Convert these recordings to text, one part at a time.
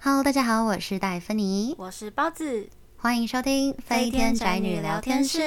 Hello，大家好，我是戴芬妮，我是包子，欢迎收听《飞天宅女聊天室》。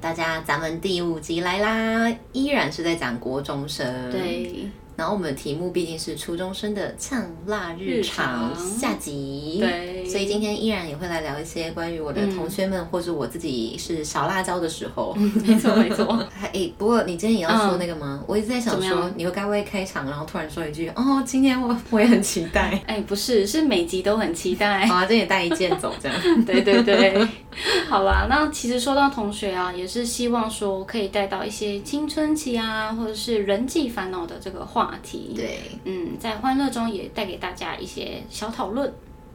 大家，咱们第五集来啦，依然是在讲国中生。，对然后我们的题目毕竟是初中生的呛辣日常日常下集。。对，所以今天依然也会来聊一些关于我的同学们，或是我自己是小辣椒的时候。 没错没 错，哎、不过你今天也要说那个吗？我一直在想怎么说，你会该不会开场，然后突然说一句：“哦，今天我我也很期待。哎、不是，是每集都很期”待。 好啊，这也带一件走这样。对对对，好啦，那其实说到同学啊，也是希望说可以带到一些青春期啊，或者是人际烦恼的这个话题。， 对，嗯，在欢乐中也带给大家一些小讨论。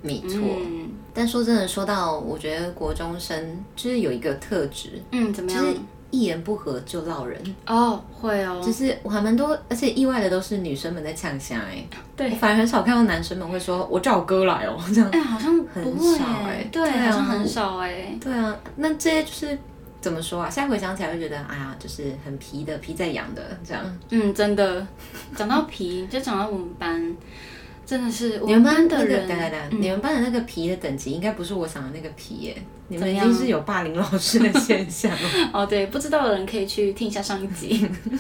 没错。嗯但说真的，说到我觉得国中生就是有一个特质，嗯，怎么就样？是一言不合就闹人，哦，会哦，就是我还蛮多，而且意外的都是女生们在呛虾哎。对我反而很少看到男生们会说：“我叫我哥来哦。”这样。哎、好像不很会、少哎对，对啊好像很少哎、对啊，那这些就是怎么说啊？现在回想起来会觉得，哎呀，就是很皮的，皮在痒的这样。嗯，真的，讲到皮，就讲到我们班，真的是我你们班的那个人，嗯等等 等，你们班的那个皮的等级应该不是我想的那个皮耶，你们怎已样经是有霸凌老师的现象 了。哦，对，不知道的人可以去听一下上一集。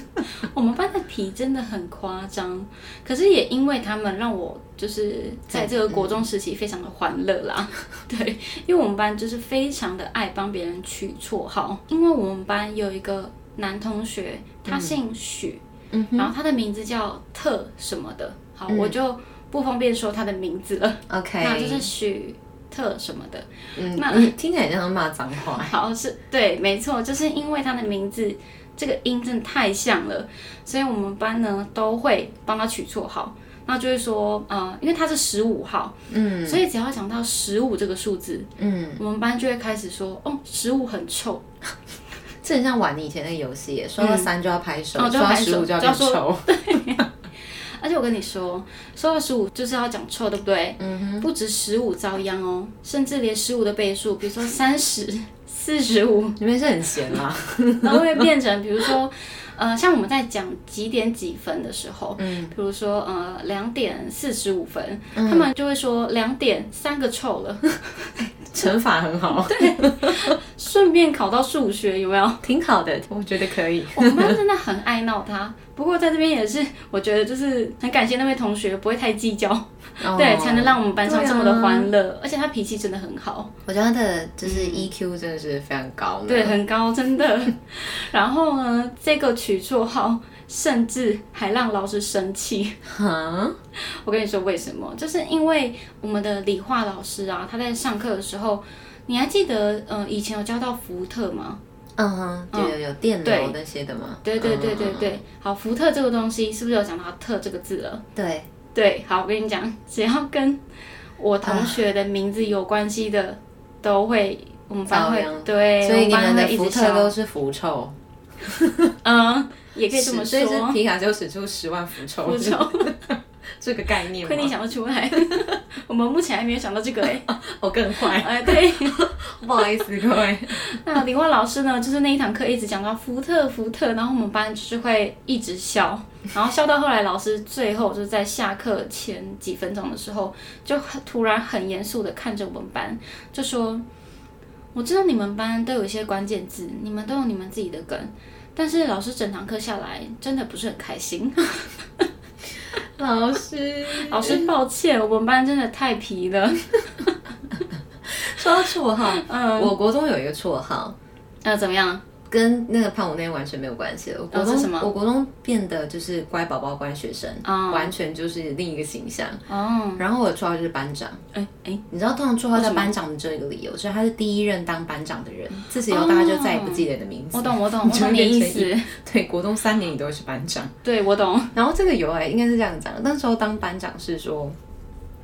我们班的皮真的很夸张，可是也因为他们让我就是在这个国中时期非常的欢乐啦。 对，因为我们班就是非常的爱帮别人取绰号，因为我们班有一个男同学，他姓许，嗯然后他的名字叫特什么的。好，我就不方便说他的名字了，那就，OK，是许特什么的。嗯，那 你听起来像骂脏话。好，是对，没错，就是因为他的名字这个音真的太像了，所以我们班呢都会帮他取绰号，那就会说，呃，因为他是十五号，嗯所以只要讲到十五这个数字，嗯，我们班就会开始说，哦，十五很臭，这很像玩你以前那个游戏耶，说到三就要拍手，哦就说要到拍手十五就要变就要丑。而且我跟你说，说到十五就是要讲臭，对不对？嗯不止十五遭殃哦，甚至连十五的倍数，比如说三十、四十五，你们是很 闲啊啦。然后会变成，比如说，呃，像我们在讲几点几分的时候，嗯，比如说呃两点四十五分，他们就会说两点三个臭了， 惩罚很好，顺便考到数学有没有？挺好的，我觉得可以。我们班真的很爱闹他，不过在这边也是，我觉得就是很感谢那位同学不会太计较，哦对，才能让我们班上这么的欢乐，而且他脾气真的很好，我觉得他的就是嗯 EQ 真的是非常高呢。对，很高，真的。 然后呢，这个取绰号甚至还让老师生气。哈， 我跟你说为什么？就是因为我们的理化老师啊，他在上课的时候，你还记得呃以前有教到福特吗？ 嗯哼，就有有电流对那些的嘛。对对对对嗯对，好，福特这个东西是不是有讲到“特”这个字了？对，对，好，我跟你讲，只要跟我啊同学的名字有关系的，都会我们班遭会殃对，所以你我们们的班会一福直特笑，都是福臭。嗯，也可以这么所以是说，嗯皮卡丘使出十万伏臭，不错， 这个概念 亏你吗？想得出来， 我们目前还没有想到这个 哎、我更坏，哎、对。不好意思各位。那理化老师呢，就是那一堂课一直讲到福特福特，然后我们班就是会一直笑，然后笑到后来老师最后就是在下课前几分钟的时候，就很突然很严肃的看着我们班，就说：“我知道你们班都有一些关键字，你们都有你们自己的梗，但是老师整堂课下来真的不是很开心。老师， 老师抱歉，我们班真的太皮了。说到绰号，嗯，我国中有一个绰号，那怎么样？跟那个胖虎那完全没有关系了。我国中、哦是什么我国中变得就是乖宝宝、乖学生，哦完全就是另一个形象。哦，然后我的绰号就是班长，哎哎，你知道通常绰号叫班长的这个理由，所以他是第一任当班长的人，自此以后大家就再也不记得你的名字。哦我懂 我懂，我懂你的意思。对，国中三年你都会是班长。对，我懂。然后这个由来应该是这样讲，那时候当班长是说，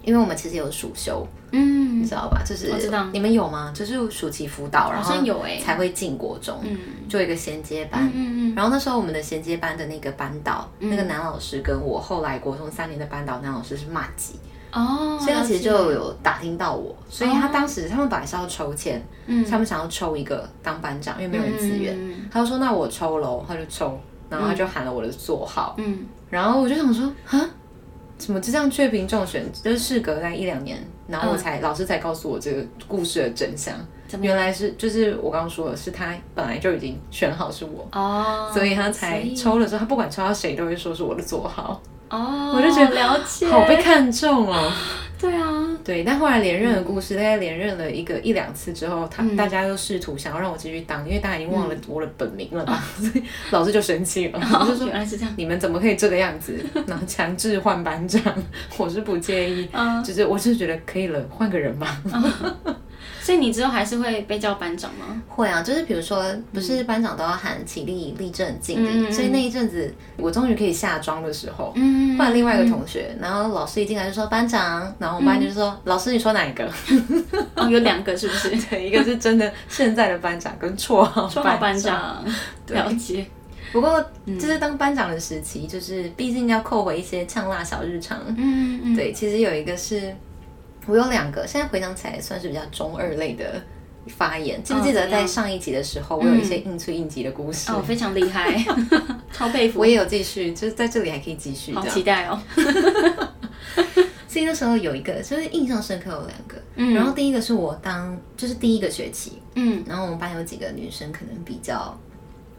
因为我们其实有暑修，嗯。你知道吧？就是我知道你们有吗？就是暑期辅导，然好后像有哎、才会进国中，嗯就有一个衔接班。嗯嗯然后那时候我们的衔接班的那个班导，那个男老师跟我后来国中三年的班导男老师是骂吉，嗯，哦，所以他其实了解哦就有打听到我，所以他当时他们本来是要抽签，嗯他们想要抽一个当班长，因为没有人自愿，嗯他就说那我抽喽，他就抽，然后他就喊了我的座号，嗯，然后我就想说啊，怎么就这样确评中选？就是事隔在一两年，然后我才、老师才告诉我这个故事的真相，嗯怎么原来是就是我刚刚说的是他本来就已经选好是我。哦，所以他才所以抽的时候，他不管抽到谁都会说是我的座号，哦，我就觉得了解，好被看中哦。对啊，对，但后来连任的故事，大概连任了一个一两次之后，他、大家都试图想要让我继续当，因为大家已经忘了我的本名了吧， 所以老师就生气 了，我就哦 说原来是这样，你们怎么可以这个样子？然后强制换班长， 我是不介意，嗯，就是我是觉得可以了，换个人吧。所以你之后还是会被叫班长吗？会啊，就是比如说，不是班长都要喊起立、立正、敬礼，嗯嗯嗯所以那一阵子我终于可以下庄的时候。嗯换另外一个同学，然后老师一进来就说班长，然后我们班就说、嗯老师你说哪一个？ 哦，有两个是不是？对，一个是真的现在的班长跟绰号说好班。长，嗯了解，不过，就是当班长的时期，就是毕竟要扣回一些呛辣小日常。嗯嗯，对，其实有一个是，我有两个，现在回想起来算是比较中二类的发言。记不记哦得怎样在上一集的时候，我有一些应催应急的故事，嗯哦，非常厉 害，超佩服我，也有继续，就是在这里还可以继续好这样。期待哦，所以那时候有一个，就是印象深刻有两个。嗯然后第一个是我当，就是第一个学期，嗯，然后我们班有几个女生可能比较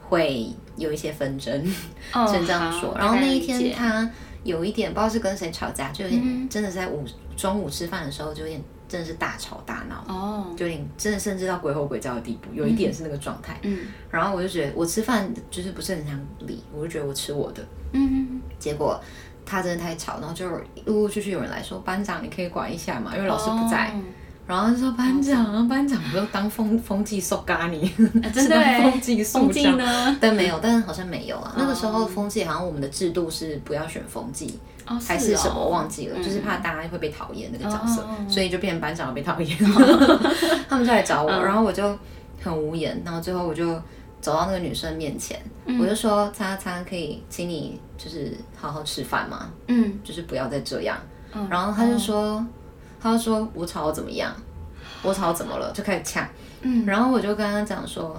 会有一些纷争， 哦，只能这样说。好然后那一，大概理天解她有一点不知道是跟谁吵架，就有嗯点真的是在午中午吃饭的时候就有点真的是大吵大闹，哦，就有点真的甚至到鬼吼鬼叫的地步，有一点是那个状态。嗯然后我就觉得我吃饭就是不是很想理，我就觉得我吃我的，嗯，结果。她真的太吵，然后就有陆陆续续有人来说班长，你可以管一下嘛，因为老师不在。哦，然后就说班长啊，班长不要当风风纪送咖喱，啊 真是的当耶风，纪风送纪奖。呢？ 但没有，但是好像没有啊。那个时候哦风纪好像我们的制度是不要选风纪，哦，还是什么忘记了，嗯就是怕大家会被讨厌那个角色，哦所以就变成班长被 讨厌。他们就来找我，嗯然后我就很无言，然后最后我就走到那个女生面前，嗯我就说：“擦擦，可以请你就是好好吃饭吗？嗯，就是不要再这样。嗯然后他就说，他就说我吵怎么样，我吵怎么了，就开始呛。嗯，然后我就跟他讲说，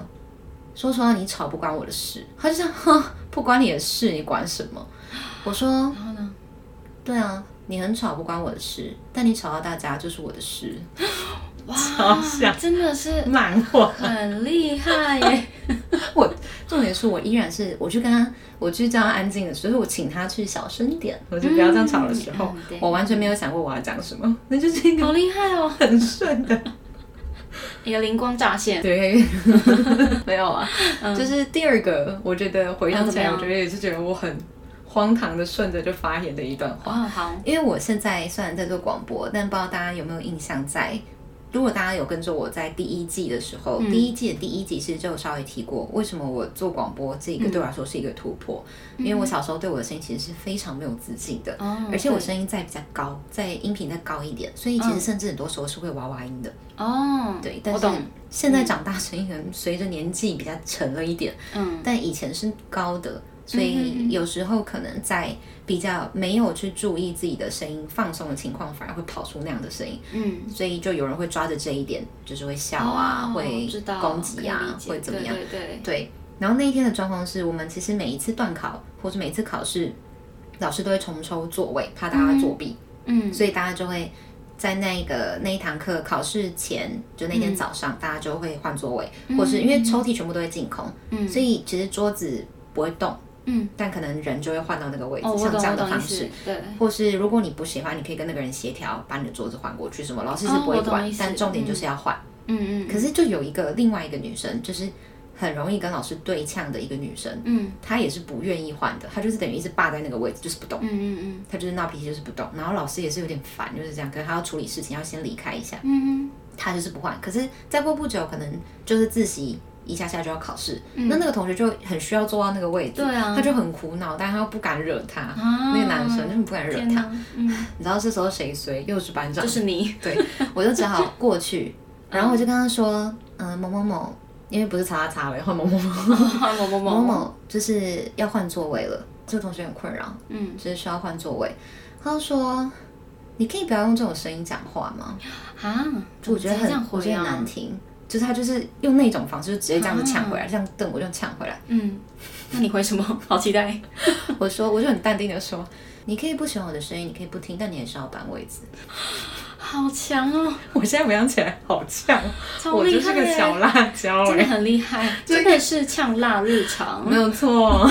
说实话你吵不关我的事。他就这样，哼，不关你的事，你管什么？我说，然后呢？对啊，你很吵不关我的事，但你吵到大家就是我的事。超哇，像啊真的是满我，很厉害耶！ 我重点是我依然是我去跟他，我去叫他安静的时候，就是我请他去小声点，我就不要这样吵的时候，嗯嗯对我完全没有想过我要讲什么，那就是一个好厉害哦，很顺 的。一个灵光乍现。对， 没有啊，就是第二个，我觉得回想起来，嗯我怎觉么得也是觉得我很荒唐的顺着就发言的一段话。哇，好，因为我现在虽然在做广播，但不知道大家有没有印象在。如果大家有跟着我在第一季的时候，第一季的第一集其实就有稍微提过，为什么我做广播这个对我来说是一个突破，因为我小时候对我的声音其实是非常没有自信的，哦而且我对声音再比较高，在音频再高一点，所以其实甚至很多时候是会娃娃音的。哦，对，但我是懂，现在长大声音可能随着年纪比较沉了一点，嗯，但以前是高的，所嗯以有时候可能在比较没有去注意自己的声音放松的情况，反而会跑出那样的声音，嗯，所以就有人会抓着这一点，就是会笑啊，哦会知道攻击可以理啊，解会怎么样？对对对，对。然后那一天的状况是我们其实每一次段考或者每一次考试，老师都会重抽座位，怕大家作弊。嗯，所以大家就会在那个那一堂课考试前，就那嗯天早上，大家就会换座位，或是因为抽屉全部都会净空，嗯所以其实桌子不会动，嗯，但可能人就会换到那个位置，哦，我像懂，这我样的懂方意式。思，对，或是如果你不喜欢，你可以跟那个人协调，把你的桌子换过去，什么老师是不哦会我懂管，意思但重点就是要换。嗯嗯可是就有一个另外一个女生，就是很容易跟老师对呛的一个女生，嗯她也是不愿意换的，她就是等于一直霸在那个位置，就是不动。嗯嗯他就是闹脾气，就是不动。然后老师也是有点烦，就是这样，可是他要处理事情，要先离开一下，嗯嗯他就是不换。可是再过不久，可能就是自习一下下就要考试，那那个同学就很需要坐到那个位置，嗯对啊他就很苦恼，但他又不敢惹他，啊那个男生就很不敢惹天他。哪， 嗯，你知道这时候谁谁又是班长，就是你，对我就只好过去，然后我就跟他说，嗯、某某某，因为不是叉叉叉了，换某某某，某某某某，某就是要换座位了，这个同学很困扰，嗯，就是需要换座位。他就说：“你可以不要用这种声音讲话吗？ 啊，我觉得很怎么直接这样我觉回得很啊难，听，就是他就是用那种方式，就直接这样子呛回来，这样瞪我就呛回来。 嗯，那你回什么？好期待。我说，我就很淡定的说，你可以不喜欢我的声音，你可以不听，但你也是要搬位子。好强哦， 我现在回想起来好呛，超我厉害耶！就是个小辣椒真哎、的很厉害，真的是呛辣日常， 没有错。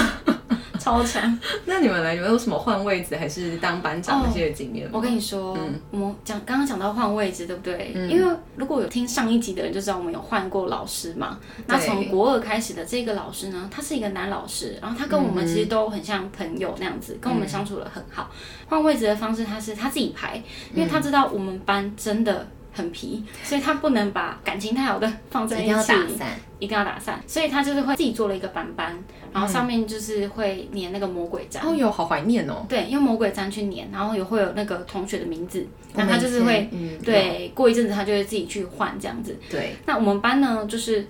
超强。 那你们呢？有没有什么换位子还是当班长那些经验吗？我跟你说，我们讲刚刚讲到换位置，对不对？因为如果有听上一集的人就知道，我们有换过老师嘛。那对从国二开始的这个老师呢，他是一个男老师，然后他跟我们其实都很像朋友那样子，跟我们相处的很好。换位置的方式，他是他自己排，因为他知道我们班真的。很皮，所以他不能把感情太好的放在一一定起，要打散，一定要打散，所以他就是会自己做了一个板板，然后嗯上面就是会粘那个魔鬼粘，哦哟，好怀念哦。对，用魔鬼粘去粘，然后也会有那个同学的名字，那我他们以就是会，前，嗯，对，过一阵子他就会自己去换这样子。对，那我们班呢，就是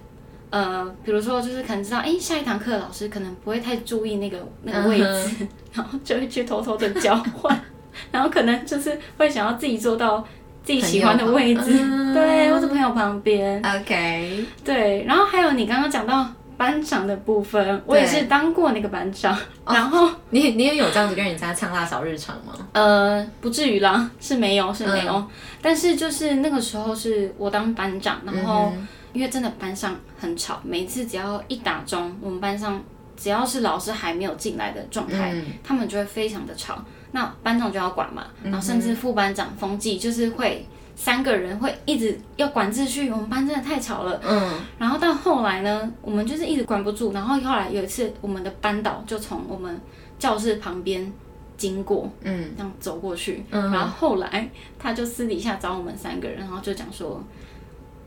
呃，比如说就是可能知道，哎，下一堂课老师可能不会太注意那个那个位置，嗯 然后就会去偷偷的交换，然后可能就是会想要自己坐到自己喜欢的位置，朋友旁嗯对，或者朋友旁边。 OK，对，然后还有你刚刚讲到班长的部分，我也是当过那个班长，然后哦你你也有这样子跟人家呛辣小日常吗？呃不至于啦，是没有是没有，但是就是那个时候是我当班长，然后因为真的班上很吵，每次只要一打钟，我们班上只要是老师还没有进来的状态，他们就会非常的吵，那班长就要管嘛，然后甚至副班长、风纪就是会。三个人会一直要管秩序，我们班真的太吵了。嗯，然后到后来呢，我们就是一直管不住，然后后来有一次，我们的班导就从我们教室旁边经过，嗯，这样走过去，嗯然后后来他就私底下找我们三个人，然后就讲说，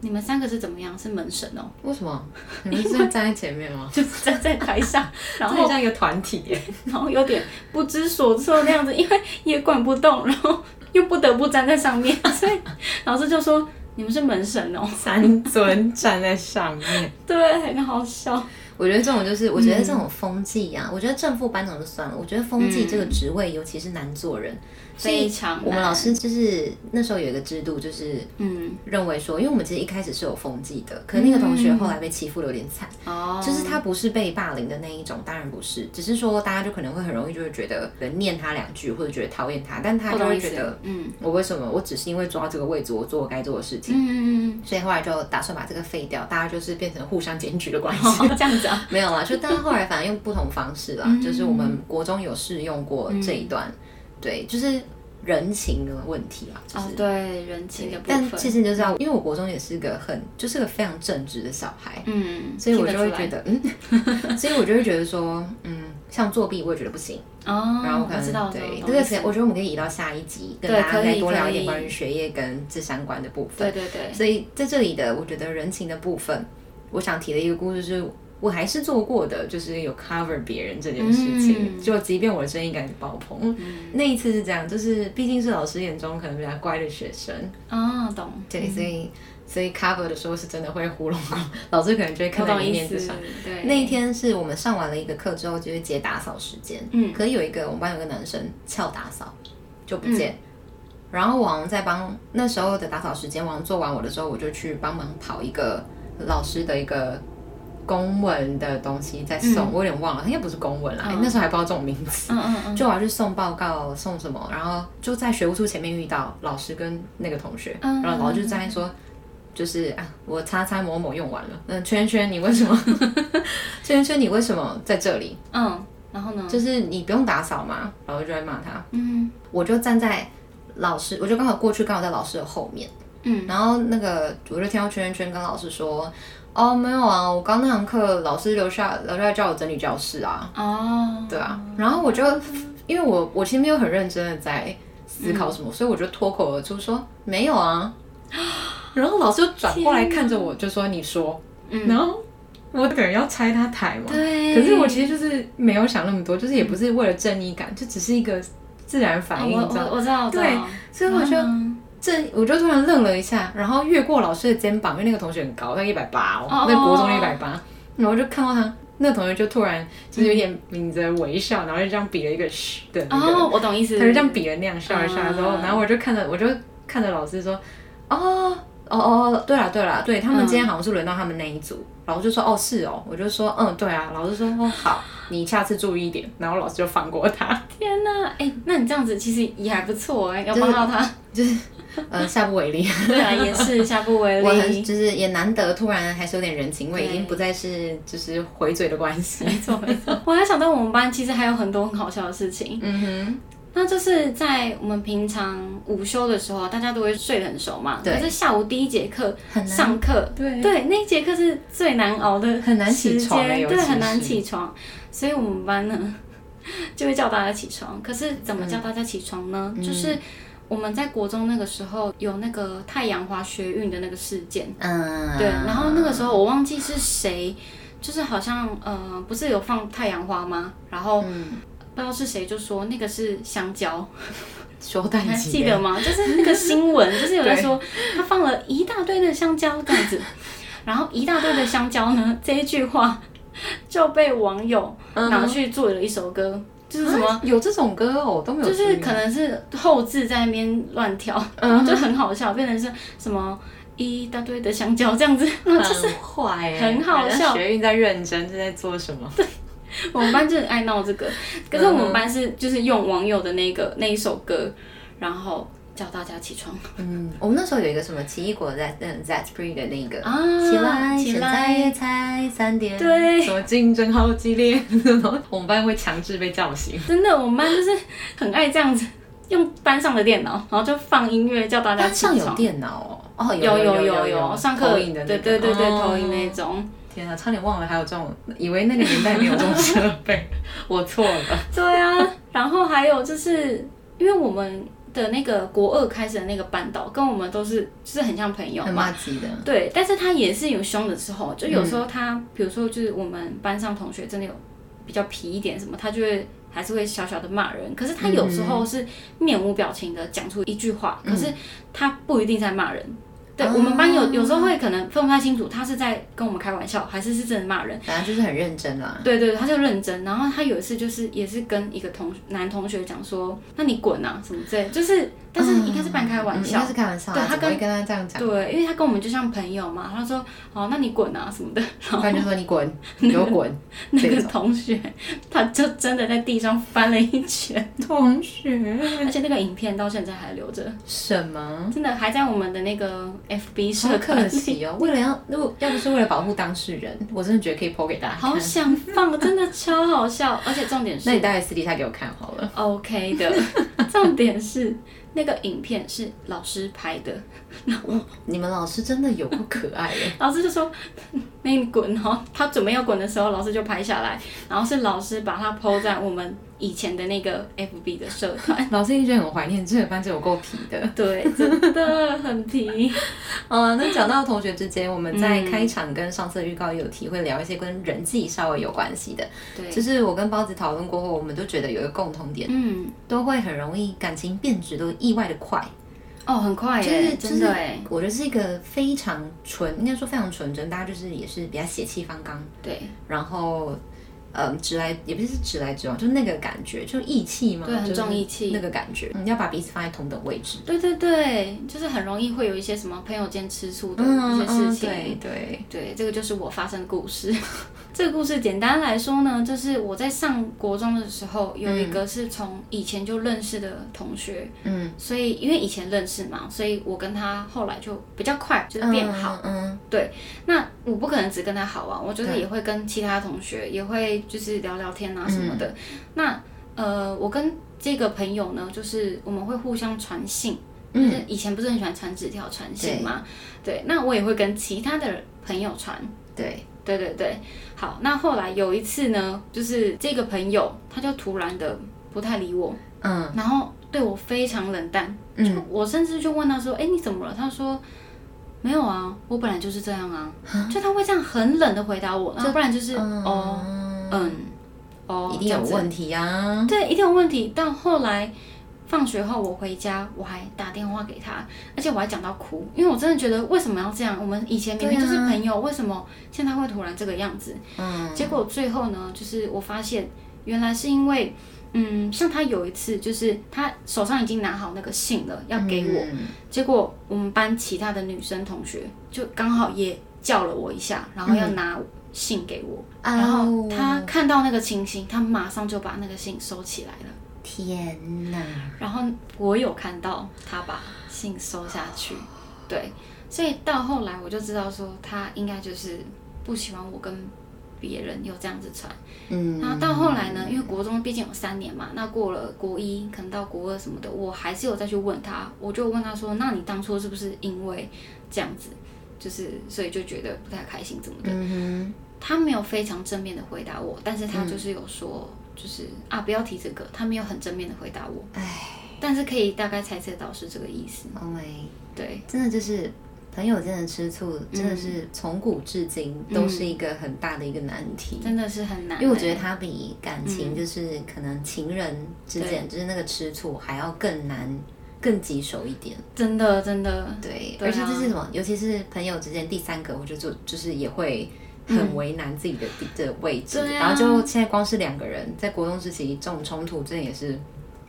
你们三个是怎么样？是门神哦， 为什么？你是站在前面 吗？就是站在台上，然这很后像一个团体 耶。然后有点不知所措那样子，因为也管不动，然后又不得不站在上面，所以老师就说你们是门神哦，三尊站在上面。对，很好笑，我觉得这种就是，我觉得这种风气啊，我觉得正副班长就算了，我觉得风气这个职位尤其是难做人，所以非常我们难老师就是那时候有一个制度，就是嗯认为说，因为我们其实一开始是有风纪的，可那个同学后来被欺负的有点惨，哦，就是他不是被霸凌的那一种，当然不是，只是说大家就可能会很容易就会觉得呃念他两句或者觉得讨厌他，但他我就懂会意思觉得嗯我为什么我只是因为坐到这个位置，我做我该做的事情。嗯嗯所以后来就打算把这个废掉，大家就是变成互相检举的关嗯， 系。好这样子啊，没有啦，就大家后来反正用不同方式啦，嗯就是我们国中有试用过这一段，对，就是人情的问题啦，就是。哦对，人情的部但分，其实你就知道，因为我国中也是个很，就是个非常正直的小孩，嗯，所以我听就得会出觉来得，嗯， 所以我就会觉得说，嗯，像作弊我也觉得不行，哦，然后可我知道能了，对懂这个意时思间，我觉得我们可以移到下一集，跟对大家可以再多聊可一点以关于学业跟这相关的部分。对对对，所以在这里的，我觉得人情的部分，我想提的一个故事是，我还是做过的，就是有 cover 别人这件事情。嗯就即便我的声音感觉爆棚，那一次是这样，就是毕竟是老师眼中可能比较乖的学生，哦，懂，对，所以所以 cover 的时候是真的会糊弄过，老师可能就会我看在懂你意面思子上。，对，那一天是我们上完了一个课之后，就是接打扫时间。嗯可是有一个我们班有一个男生翘打扫，就不见。嗯然后我好像在帮那时候的打扫时间，我好像做完我的时候，我就去帮忙跑一个老师的一个公文的东西在送，我有点忘了，应该不是公文啦，那时候还不知道这种名字。嗯嗯嗯就我要去送报告，送什么，然后就在学务处前面遇到老师跟那个同学，嗯然后老师就在那说，就是啊，我叉叉某某用完了，嗯，圈圈你为什 么？圈圈你为什么在这里？嗯，然后呢，就是你不用打扫嘛，然后就在骂他，嗯我就站在老师，我就刚好过去，刚好在老师的后面，嗯，然后那个我就听到圈圈跟老师说。哦，没有啊，我刚那堂课老师留下留下来叫我整理教室啊，哦，对啊，然后我就因为我我其实没有很认真的在思考什么，所以我就脱口而出说没有啊， 然后老师就转过来看着我，就说你说，嗯然后我可能要拆他台嘛，对，可是我其实就是没有想那么多，就是也不是为了正义感，就只是一个自然啊反应，我你知道吗？我我知道，我知对道，所以我就嗯正，我就突然愣了一下，然后越过老师的肩膀，因为那个同学很高，他一百八哦，哦那国中一百八，然后就看到他，那同学就突然就是有点抿着微笑，然后就这样比了一个嘘的那个，哦，我懂意思他。就这样比了那样笑一下之后，嗯然后我就看着我就看着老师说，哦哦哦，对啦对啦，对他们今天好像是轮到他们那一组，然后就说哦是哦，我就说嗯对啊，老师说哦好，你下次注意一点，然后老师就放过他， 天哪，哎、那你这样子其实也还不错哎、要帮到他。呃下不为例。对啊，也是下不为我很例。就是也难得，突然还是有点人情味，已经不再是就是回嘴的关系。没错没错，我还想到我们班其实还有很多很好笑的事情。 嗯哼，那就是在我们平常午休的时候，大家都会睡得很熟嘛。对可是下午第一节课很难上课，对对，那一节课是最难熬的时间，很难起床欸尤对，其很难是起床。所以我们班呢， 就会叫大家起床。可是怎么叫嗯大家起床呢？就是我们在国中那个时候有那个太阳花学运的那个事件，嗯，对，然后那个时候我忘记是谁，就是好像呃，不是有放太阳花吗？然后、嗯不知道是谁就说那个是香蕉，修你蛋还机记得吗？就是那个新闻， 就是有人说他放了一大堆的香蕉这样子，然后一大堆的香蕉呢，这一句话就被网友拿去做了一首歌，就是什么。嗯啊有这种歌哦，都没有嗯就注意，是可能是后置在那边乱跳，然后就很好笑，变成是什么一大堆的香蕉这样子， 然后就是很坏欸，很好笑人家学运在认真是在做什么？我们班就很爱闹这个，可是我嗯们班是就是用网友的那个那一首歌，然后叫大家起床嗯，我们那时候有一个什么奇异果在嗯 That's Free 的那个。啊起来，起现在也来，才三点。对什么竞争好激烈， 然后我们班会强制被叫醒。 真的，我们班就是很爱这样子，用班上的电脑，然后就放音乐叫大家班起上有床。电脑哦，哦，有有有有有，上课投影的那对个，对对对，哦投影那种，天啊，差点忘了还有这种，以为那个年代没有这种设 备，我错了。对啊，然后还有就是因为我们的那个国二开始的那个班导，跟我们都是就是很像朋 友很嘛，骂鸡的，对，但是他也是有凶的时候，就有时候他，比如说就是我们班上同学真的有比较皮一点什么，他就会还是会小小的骂人。可是他有时候是面无表情的讲出一句话，可是他不一定在骂人。对我们班有有时候会可能分不太清楚，他是在跟我们开玩笑，还是是真的骂人。反正就是很认真啦。对对，对他就认真。然后他有一次就是也是跟一个同男同学讲说：“那你滚啊，什么之类。”就是，但是应该是半开玩嗯应笑该。是开玩笑啊，对他怎么会跟他这样讲，对，因为他跟我们就像朋友嘛，他说哦，那你滚啊什 么的。他然后就说你 滚，给我滚。那这个种同学，他就真的在地上翻了一 圈，同学，而且那个影片到现在还留着，什么？真的还在我们的那个 FB 好社可团。惜哦，为了要如果要不是为了保护当事人，我真的觉得可以剖给大家好看。想 放，啊真的超好笑，而且重点那你是待会私底下给我看好了。 OK 的，重点是那个影片是老师拍的，你们老师真的有够可爱耶！老师就说：“那你滚！”然后他准备要滚的时候，老师就拍下来，然后是老师把它 PO 在我们以前的那个 FB 的社 团。老师一定觉得很怀念这个班，真有够皮的。 对，真的很皮。啊，那讲到同学之间，我们在嗯开场跟上次的预告也有提，会聊一些跟人际稍微有关系的。对，就是我跟包子讨论过后，我们都觉得有一个共同点，嗯，都会很容易感情变质，都意外的快。哦，很快就是耶，就是真的哎，我觉得是一个非常纯，应该说非常纯真，大家就是也是比较血气方刚，对然后。嗯，直来也不是直来直往，就那个感觉，就义气嘛，对很就是重义气那个感觉。嗯，要把彼此放在同等位置对对对，就是很容易会有一些什么朋友间吃醋的一些事情。对嗯对，嗯对，这个就是我发生的故事。 这个故事简单来说呢，就是我在上国中的时候，有一个是从以前就认识的同学，嗯，所以因为以前认识嘛，所以我跟他后来就比较快，就是变好。好，嗯，那我不可能只跟他好啊，我就是也会跟其他同学，也会就是聊聊天嗯啊什么的。那呃，我跟这个朋友呢，就是我们会互相传信，嗯就是以前不是很喜欢传纸条、传信吗？对，那我也会跟其他的朋友传。对，对对对，好，那后来有一次呢，就是这个朋友他就突然的不太理我，嗯然后对我非常冷淡，就嗯，我甚至就问他说：“哎、你怎么了？”他说：“没有啊，我本来就是这样啊。”就他会这样很冷的回答我，啊然后不然就是、哦，嗯，哦，一定有这样子问题啊。对，一定有问题。到后来放学后我回家，我还打电话给他，而且我还讲到哭，因为我真的觉得为什么要这样？我们以前明明就是朋友，为什么现在会突然这个样子？嗯，结果最后呢，就是我发现原来是因为，嗯，像他有一次就是他手上已经拿好那个信了，要给我，嗯结果我们班其他的女生同学就刚好也叫了我一下，然后要拿信给我，然后他哦看到那个情形，他马上就把那个信收起来了。天哪，然后我有看到他把信收下去，对，所以到后来我就知道说他应该就是不喜欢我跟别人有这样子传。嗯，然后到后来呢，因为国中毕竟有三年嘛，那过了国一，可能到国二什么的，我还是有再去问他，我就问他说：“那你当初是不是因为这样子，就是所以就觉得不太开心怎么的？”嗯他没有非常正面的回答我，但是他就是有说，就是啊不要提这个，他没有很正面的回答我，哼，哎但是可以大概猜测到是这个意思。 ，Oh my，对，嗯真的就是。朋友间的吃醋，真的是从古至今都是一个很大的一个难题。真的是很难欸、嗯因为我觉得它比感情，就是可能情人之间，就是那个吃醋还要更难、更棘手一点。真的真的对，对而啊且这是什么？尤其是朋友之间，第三个，我觉得就就是也会很为难自己的地的位置。对啊然后就现在光是两个人在国中时期这种冲突，真的也是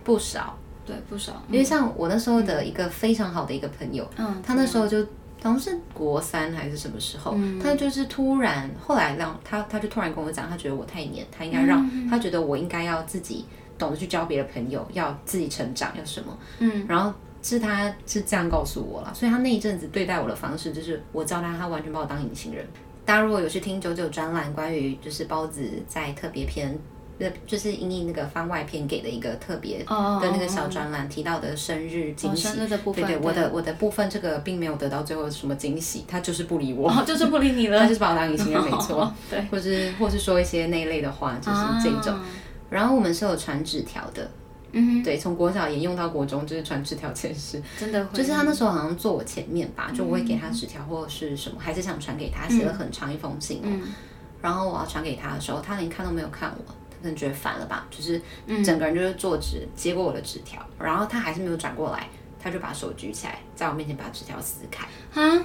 不少。对不少，因为像我那时候的一个非常好的一个朋友，嗯，他那时候就好像是国三还是什么时候，嗯他就是突然后来让他他就突然跟我讲，他觉得我太黏，他应该嗯让、他觉得我应该要自己懂得去交别的朋友，要自己成长，要什么，嗯，然后。是他是这样告诉我了，所以他那一阵子对待我的方式就是，我教他，他完全把我当隐形人。大家如果有去听九九专栏关于就是包子在特别篇，呃，就是英译那个番外篇给的一个特别哦的那个小专栏提到的生日惊哦喜，生日的部分对对，对我的我的部分这个并没有得到最后什么惊喜，他就是不理我，哦就是不理你哦了，他 就是把 我当隐形人没错，对，或是或是说一些那一类的话，就是这种。啊然后我们是有传纸条的，嗯对，从国小沿用到国中，就是传纸条这件事。哼，真的会嗯就是他那时候好像坐我前面吧，就我会给他纸条或者是什么，还是想传给他，写了很长一封信、哦。嗯然后我要传给他的时候，他连看都没有看我，他可能觉得烦了吧，就是嗯整个人就是坐直接过我的纸条，然后他还是没有转过来，他就把手举起来，在我面前把纸条撕开。啊，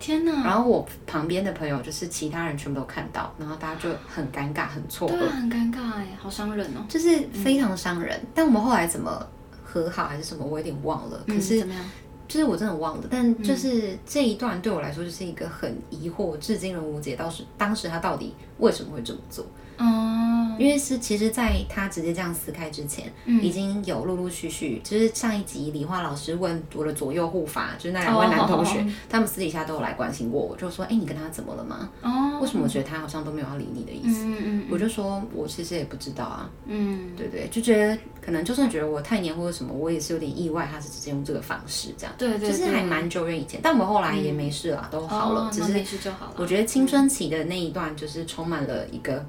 天哪，然后我旁边的朋友就是其他人全部都看到，然后大家就很尴尬，很错愕对啊，很尴尬哎，好伤人哦。就是非常伤人。但我们后来怎么和好还是什么，我有点忘了。可嗯是怎么样？就是我真的忘了，嗯但就是这一段对我来说就是一个很疑惑，至今仍无解，到时当时他到底为什么会这么做？哦，因为是其实，在他直接这样撕开之前，嗯已经有陆陆续续，就是上一集理化老师问我的左右护法，就是那两位男同学，哦他们私底下都有来关心我，我就说，哎、你跟他怎么了吗？哦，为什么我觉得他好像都没有要理你的意思？嗯嗯我就说，我其实也不知道啊，嗯对对，就觉得可能就算觉得我太黏或者什么，我也是有点意外，他是直接用这个方式这样。嗯，对对，就是对还蛮久远以前，但我们后来也没事啦，啊都好了。哦只那是没事就好了。我觉得青春期的那一段就是充满了一个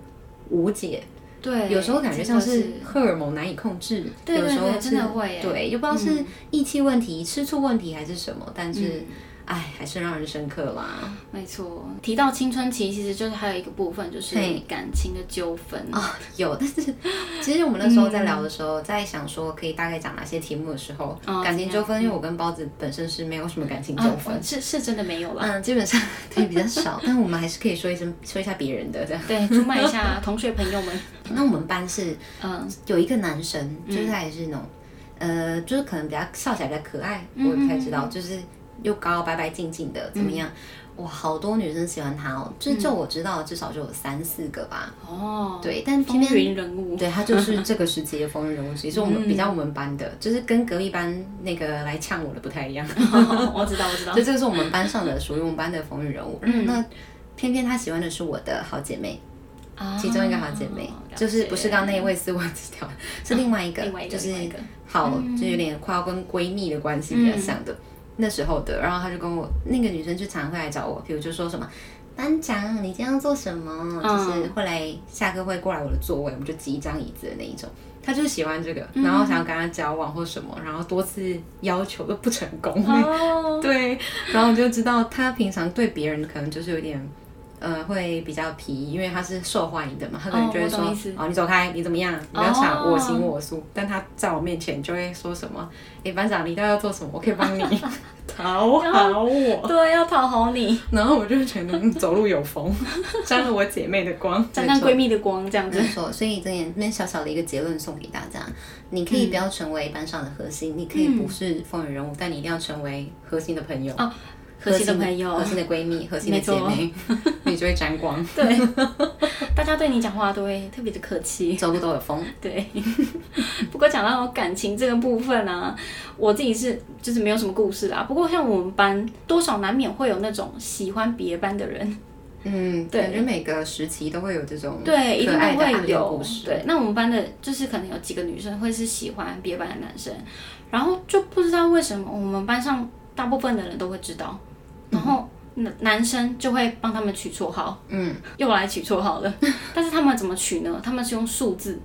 无解，对，有时候感觉像真是的荷尔蒙难以控制，对对有时候对是真的会耶嗯对，又不知道是意气问题、吃醋问题还是什么，但是啊哎、还是让人深刻啦。嗯没错。提到青春期，其实就是还有一个部分就是嘿感情的纠纷啊、有，但是其实我们那时候在聊的时嗯候，在想说可以大概讲哪些题目的时候，哦感怎情样纠纷，因为我跟包子本身是没有什么感情纠啊纷。是是真的没有了。嗯，基本上 对比较少，但我们还是可以说一声说一下别人的这样。对，出卖一 下同学朋友们。那我们班是嗯，有一个男生，就是他也是那种，呃，就是可能比较笑起来比较可爱，嗯我才知道，就是又高白白净净的，怎么样？哇，好多女生喜欢他哦，就嗯就我知道，至少就有三四个吧。哦，对，但偏风偏云人物。嗯对他就是这个时期的风云人物之 一，是我们比较我们班的，就是跟隔壁班那个来呛我的不太一样。哦我知道，我知道。就这 是我们班上的属于我们班的风云人物。嗯，那偏偏他喜欢的是我的好姐妹， 啊其中一个好姐妹，就是不是刚刚那一位撕我纸条，是另外一个啊另外一，个就嗯是另外一个好，就有点快要跟闺蜜的关系比较嗯像的那时候的。然后他就跟我那个女生就常会来找我，比如就说什么。班长，你今天要做什嗯么？就是会来下课会过来我的座位，我们就挤一张椅子的那一种。他就喜欢这个，嗯然后想要跟他交往或什么，然后多次要求都不成功。哦，对，然后我就知道他平常对别人可能就是有点呃，会比较皮，因为他是受欢迎的嘛，他可能哦就会我说懂意思哦，你走开，你怎么样？你不要抢，哦我行我素。但他在我面前就会说什么，哎，班长，你到底要做什么？我可以帮你 讨好我。对，要讨好你，然后我就觉得嗯走路有风， 沾了我姐妹的光，沾沾闺蜜的光这样子没。错，所以这点那小小的一个结论送给大家：你可以不要成为班上的核心，你可以不是风云人物，但你一定要成为核心的朋友、哦核心的朋核友，心的闺蜜、核心的没姐错妹， 你就会沾光， 大家对你讲话都会特别的客 气。走路都有风。对， 不过讲到感情这个部分啊，我自己是就是没有什么故事啦。不过像我们班，多少难免会有那种喜欢别班的人，嗯，对感觉每个时期都会有这种对，一可定爱都的暗会恋故有事。。对，那我们班的就是可能有几个女生会是喜欢别班的男生，然后就不知道为什么我们班上大部分的人都会知道，然后男男生就会帮他们取绰号。嗯， 又来取绰号了。 但是他们怎么取呢？他们是用数字，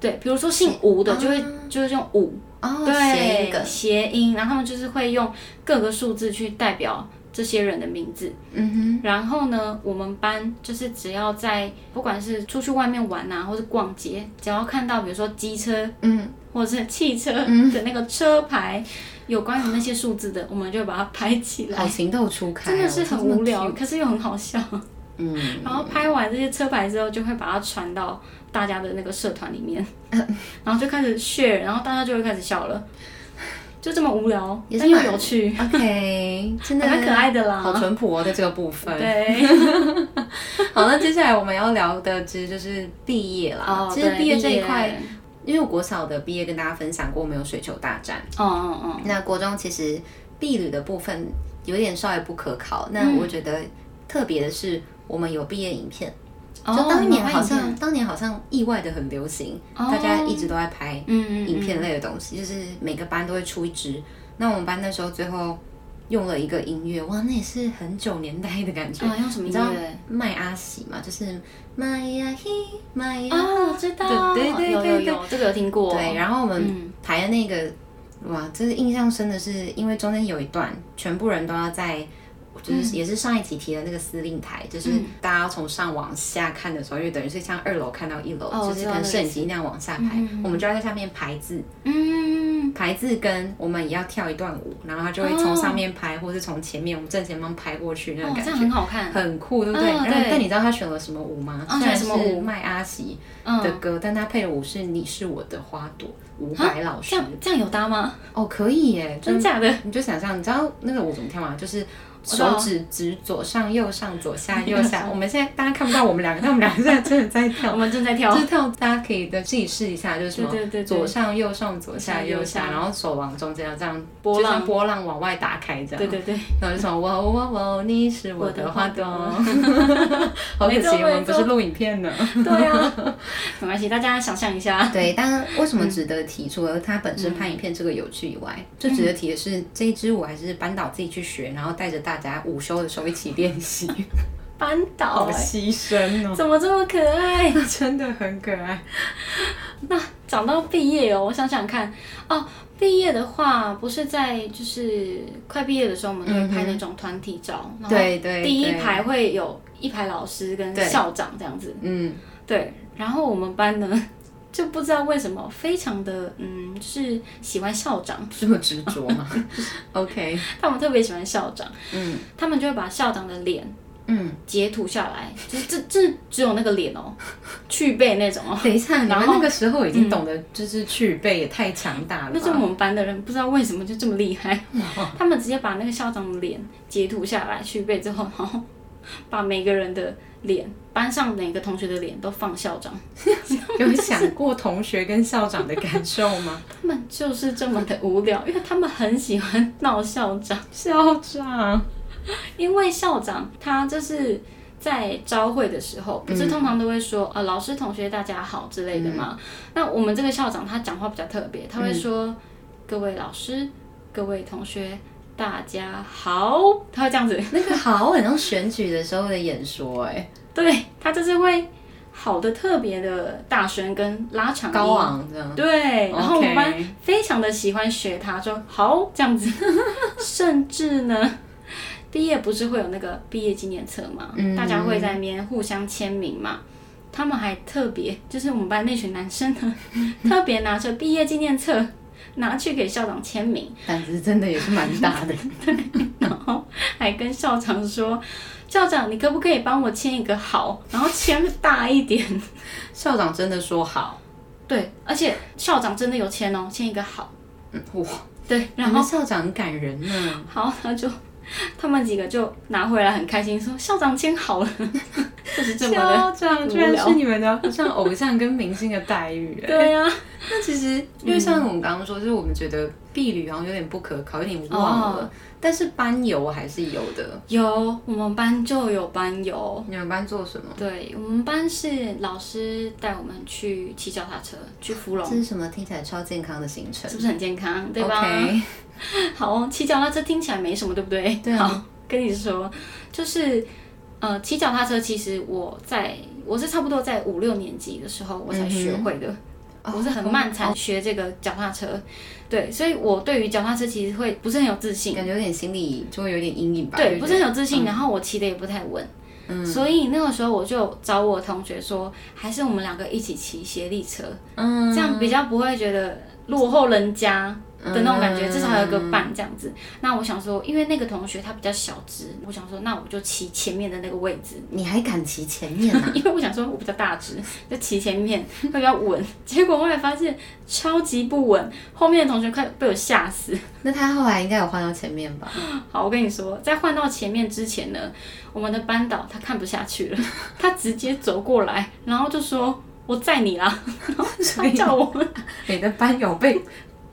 对，比如说姓吴的就会、就是用五，哦，谐音对，梗，谐音，然后他们就是会用各个数字去代表这些人的名字。嗯哼。然后呢，我们班就是只要在不管是出去外面玩啊，或是逛街，只要看到比如说机车，嗯，或者是汽车嗯的那个车牌，有关于那些数字的，我们就把它拍起来。好情窦初开哦，真的是很无聊，真的可是又很好笑。嗯，然后拍完这些车牌之后，就会把它传到大家的那个社团里 面，然后就开始 share，然后大家就会开始笑了，就这么无聊，也是但又蛮有趣， cute。OK，真的蛮可爱的好啦。淳朴哦，在这个部分。对，哦好，那接下来我们要聊的其实就是毕业啦。哦，其实对毕业这一块，，因为我国小的毕业跟大家分享过，我们有水球大战。哦哦哦，那国中其实避旅的部分有点稍微不可考。那嗯我觉得特别的是，我们有毕业影片，哦就当你年们好会像当年好像意外的很流行，哦大家一直都在拍嗯嗯影片类的东西，就是每个班都会出一支。那我们班那时候最后用了一个音乐，哇，那也是很九年代的感觉。啊用什么你音知道乐？麦阿喜嘛，就是麦呀嘿麦呀。哦，我知道，对对对有有有，这个有听过。对，然后我们嗯排的那个，哇，这是印象深的是，因为中间有一段全部人都要在。嗯就是也是上一集提的那个司令台，就是大家要从上往下看的时候，就等于是像二楼看到一楼，哦我就是知道跟那个摄影意思机那样往下排。我们就要在下面排字，嗯，排字跟我们也要跳一段舞，然后他就会从上面拍，或是从前面我们正前方拍过去那哦种，感这觉，样很好看。很酷，对不对？嗯然后对但你知道他选了什么舞吗？哦虽然选什么是舞麦阿喜的嗯，歌，但他配的舞是《你是我的花朵》，伍佰老师这。样这样有搭吗？哦，可以耶，就真 假的？你就想象，你知道那个舞怎么跳吗？就是知道手指指左上右上左下右 下。我们现在大家看不到我们两个，但我们两个现在真的在跳。 我们正在跳就。是跳，大家可以的自己试一下，就是什么对对对对左上右上左下右左下，上右下然后手往中间要这样波浪就像波浪往外打开 这样，对对 对，然后就什么哇哇哇，你是我的花朵，我的 好可没惜错我们没不错是录影片呢。对啊，没关系，大家想象一 下。对， 但为什么值得提？除了它本身嗯拍影片这个有趣以外，最值得提的是这一支舞还是班导自己去学，然后带着大家午休的时候一起练 习，班导、欸，牺 牲哦，怎么这么可爱？哎真的很可爱。那讲到毕业哦，我想想看哦，毕业的话不是在就是快毕业的时候，我们嗯都会拍那种团体照，然后对对，第一对，排会有一排老师跟对校长这样子，嗯，对，然后我们班呢。 就不知道为什么，非常的嗯，就是喜欢校长，这么执着吗 ？OK，他们特别喜欢校长，嗯他们就会把校长的脸嗯。截图下来，就是这这只有那个脸哦， 去背那种哦，等一下，你然们后那个时候已经懂得就是去背，也太强大了那是我吧？们班的人，不知道为什么就这么厉 害，他们直接把那个校长的脸截图下来去背之后，然后把每个人的脸，班上每个同学的脸都放校长，有想过同学跟校长的感受吗？他们就是这么的无聊，因为他们很喜欢闹 校长， 校长，因为校长他就是。在招会的时候，不是通常都会说、啊，老师、同学大家好之类的吗？嗯那我们这个校长他讲话比较特别，他会说、各位老师、各位同学大家好，他会这样子。那个好，很像选举的时候的演说、哎，对他就是会好的特别的大声跟拉长音高，昂这样。对，然后我们 OK 班 非常的喜欢学他，说好这样子，甚至呢。毕业不是会有那个毕业纪念册嘛，嗯大家会在那边互相签名嘛。他们还特别，就是我们班那群男生呢， 特别拿着毕业纪念册拿去给校长签名。胆子真的也是蛮大的。然后还跟校长说：“校长，你可不可以帮我签一个好，然后签大一点校长真的说好，？”对，而且校长真的有签哦，签一个好。嗯哇，对，然然后后校长很感人呢。好，他就他们几个就拿回来很开心，说校长签好了，就是 这么的。。校长居然是你们的 像偶像跟明星的待遇对啊呀、那其实因为像我们刚刚说，就是我们觉得婢女好像有点不可靠，有点忘了，但是班游还是有的。哦有我们班就有班游。你们班做什么？对我们班是老师带我们去骑脚踏车，去芙蓉，这是什么听起来超健康的行程是不是很健康？对吧 o k 好，哦骑脚踏车听起来没什么，对不对？对啊好，跟你说，就是呃，骑脚踏车其实我在我是差不多在五六年级的时候我才学会的，哦我是很慢才学这个脚踏车。对，所以我对于脚踏车其实会不是很有自信，感觉有点心里就会有点阴影吧。对，就不觉是很有自信，然后我骑的也不太稳。嗯、所以那个时候我就找我同学说，还是我们两个一起骑斜力车，得嗯这样比较不会觉得落后人家。的那种感嗯觉，至少有个伴这样子。那我想说，因为那个同学他比较小只，我想说，那我就骑前面的那个位置，你还敢骑前面啊？因为我想说我比较大只，就骑前面会比较稳。结果后来发现超级不稳，后面的同学快被我吓死。那他后来应该有换到前面 吧？好，我跟你说，在换到前面之前呢，我们的班导他看不下去了，他直接走过来，然后就说。我载你啦，然后他叫我，哦你的班友 被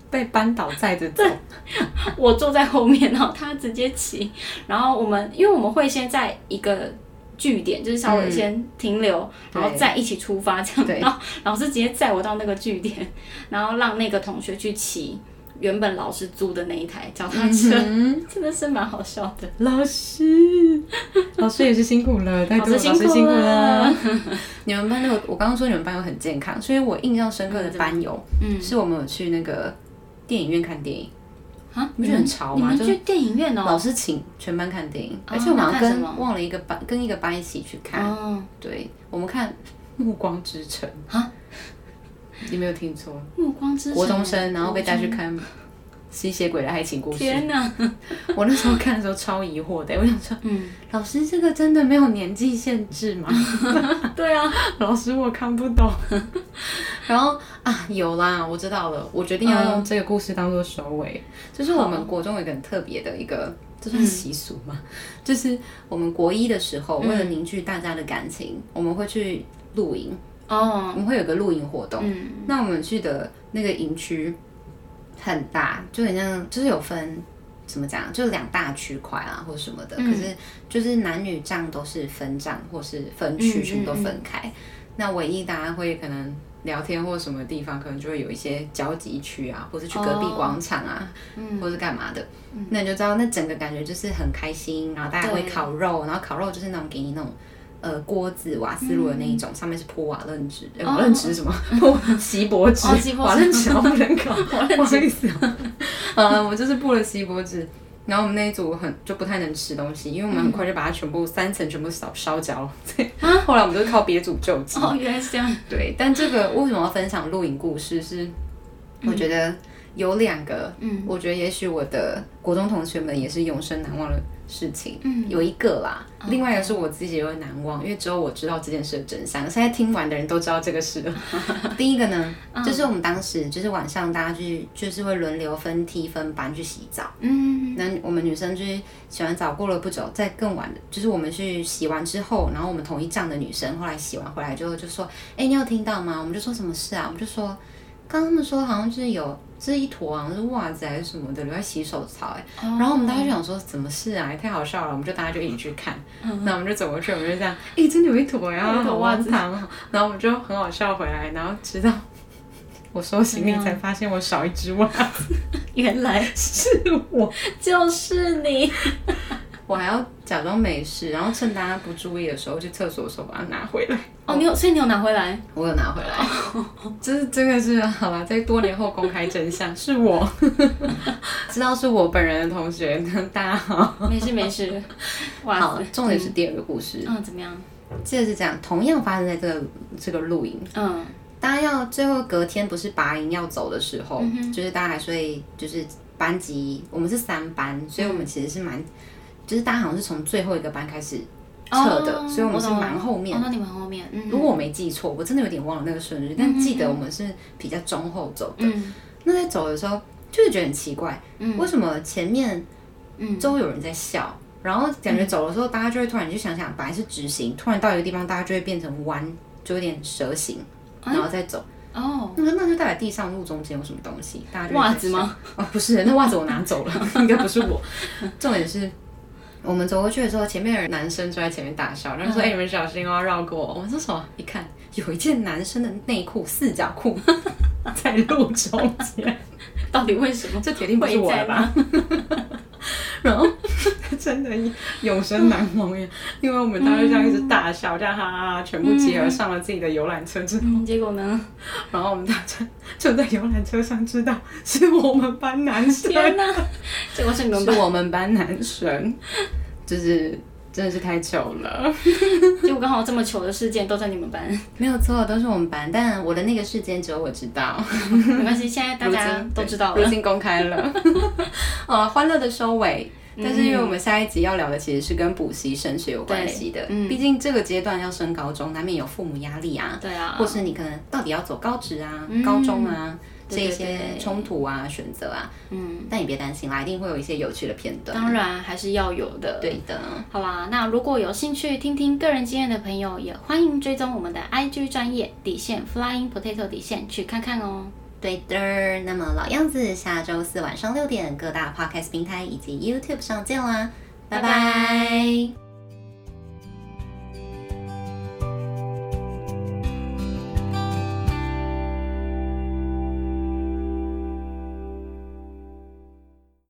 被班导载着走， 我坐在后面，然后他直接骑，然后我们因为我们会先在一个据点，就是稍微嗯先停留，对然后再一起出发这对样，然后老师直接载我到那个据点，然后让那个同学去骑原本老师租的那一台脚踏车，嗯，真的是蛮好笑的。老师，老师也是辛苦了，太多了，哎老老师辛苦师辛苦了了。你们班那个，我刚刚说你们班友很健康，所以我印象深刻的班友，嗯是我们有去那个电影院看电影，啊，你不觉得很潮你吗？们就去电影院哦？老师请全班嗯看嗯电影，哦而且我们好像那看跟什么忘了一个班，跟一个班一起去看，哦，对，我们看《暮光之城》啊，你没有听错，暮光之城哦国中生，然后被带去看吸血鬼的爱情故事。天哪， 我那时候看的时候超疑惑的，我想说，嗯，老师这个真的没有年纪限制 吗？对啊，老师我看不懂。 然后啊，有啦，我知道了，我决定要用这个故事当做收尾。就是我们国中有一个很特别的一个，这算习俗吗？就是我们国一的时候，为了凝聚大家的感情，我们会去露营，哦，我们会有个露营活动。嗯，那我们去的那个营区很大，就很像就是有分怎么讲，就两大区块啊，或者什么的。嗯可是就是男女帐都是分帐或是分区，嗯全部都分开。那唯一大家会可能聊天或什么地方，可能就会有一些交集区啊，或是去隔壁哦广场啊，嗯或是干嘛的。那你就知道，那整个感觉就是很开心，然后大家会对烤肉，然后烤肉就是那种给你那种。呃，锅子、瓦斯炉的那一嗯种，上面是铺瓦楞纸，呃哦瓦楞纸是什么？铺锡箔纸哦锡，箔纸瓦楞纸好像不 嗯能烤，瓦楞纸不好意思 啊。呃，我就是布了锡箔纸，然后我们那一组很就不太能吃东西，因为我们很快就把它全部三层全部烧烧焦，所以 后来我们都是靠别组救济。 哦，原来是这啊样，对，但这个为什么要分享录影故事是？我觉得有两 个，嗯，我觉得也许我的国中同学们也是永生难忘的事情，嗯，有一个啦，另外一个是我自己也会难忘，因为只有我知道这件事的真相，现在听完的人都知道这个事了。第一个呢，就是我们当时就是晚上大家去，就是会轮流分梯分班去洗澡。嗯，那我们女生就是洗完澡过了不久，在更晚的，就是我们去洗完之后，然后我们同一站的女生后来洗完回来之后就说：“哎、你有听到吗？”我们就说什么事啊？我们就说刚刚他们说好像就是有这一坨好像是袜子还是什么的留在洗手槽、欸，哦嗯然后我们大家就想说怎么是啊，也太好笑了，我们就大家就一起去看，那我们就走过去，我们就这样，哎、真的有一坨呀、哦有欸，一坨好袜荒唐 哦，然后我们就很好笑回来，然后直到我收行李啊才发现我少一只袜，原来是我。就是你，我还要假装没事，然后趁大家不注意的时候去厕所的时候把它拿回来。哦，你有，所以你有拿回来？ 我有拿回来， 就是真的是好了，在多年后公开真相，是 我知道是我本人的同学，大家好。 没事没事。哇好塞，，重点是第二个故事，嗯，怎么样？这是这样，同样发生在这个这个露营。嗯大家要最后隔天不是拔营要走的时候，就是大家还是会就是班级，我们是三班，所以我们其实是蛮，就是大家好像是从最后一个班开始撤的，哦所以我们是懂了蛮后面哦，那你们后面，嗯，如果我没记错，我真的有点忘了那个顺序，但记得我们是比较中后走。嗯那在走的时候，就会觉得很奇怪，嗯为什么前面嗯都有人在笑，然后感觉走的时候，大家就会突然你就想想，本来是直行，突然到一个地方，大家就会变成弯，就有点蛇形，啊然后再走。哦，那那就代表地上路中间有什么东西，大家就会袜在子想吗？哦，不是，那袜子我拿走了， 应该不是我。重点是，我们走过去的时候，前面的人男生就在前面大笑，然后嗯说：“哎、你们小心哦，绕过我。”我们说什么？一看，有一件男生的内裤四角裤 在路中间，到底为什么？这铁定不是我了吧？然后真的永生难忘呀，因为我们当时这样一直大笑，这样哈哈哈，嗯全部集合上了自己的游览车之后，嗯，结果 呢？然后我们大家就在游览车上知道是我们班男生。天哪！结果是 你们是我们班男生，就是真的是太糗了，班，结果刚好这么糗的事件都在你们 班，没有错，都是我们班，但我的那个事件只有我知道，没关系，现在大家如今都知道对了如。今公开 了，啊，欢乐的收尾。但是因为我们下一集要聊的其实是跟补习升学有关系的对，嗯毕竟这个阶段要升高中，难免有父母压力啊，对啊，或是你可能到底要走高职啊、嗯高中啊这对一对些对冲突啊、选择啊，嗯，但你别担心啦，一定会有一些有趣的片段，当然还是要有的。对的。好啦，那如果有兴趣听听个人经验的朋友，也欢迎追踪我们的 IG 专业底线 Flying Potato 底线去看看哦。对的，那么老样子，下周四晚上六点，各大 podcast 平台以及 YouTube 上见啦，拜拜。拜拜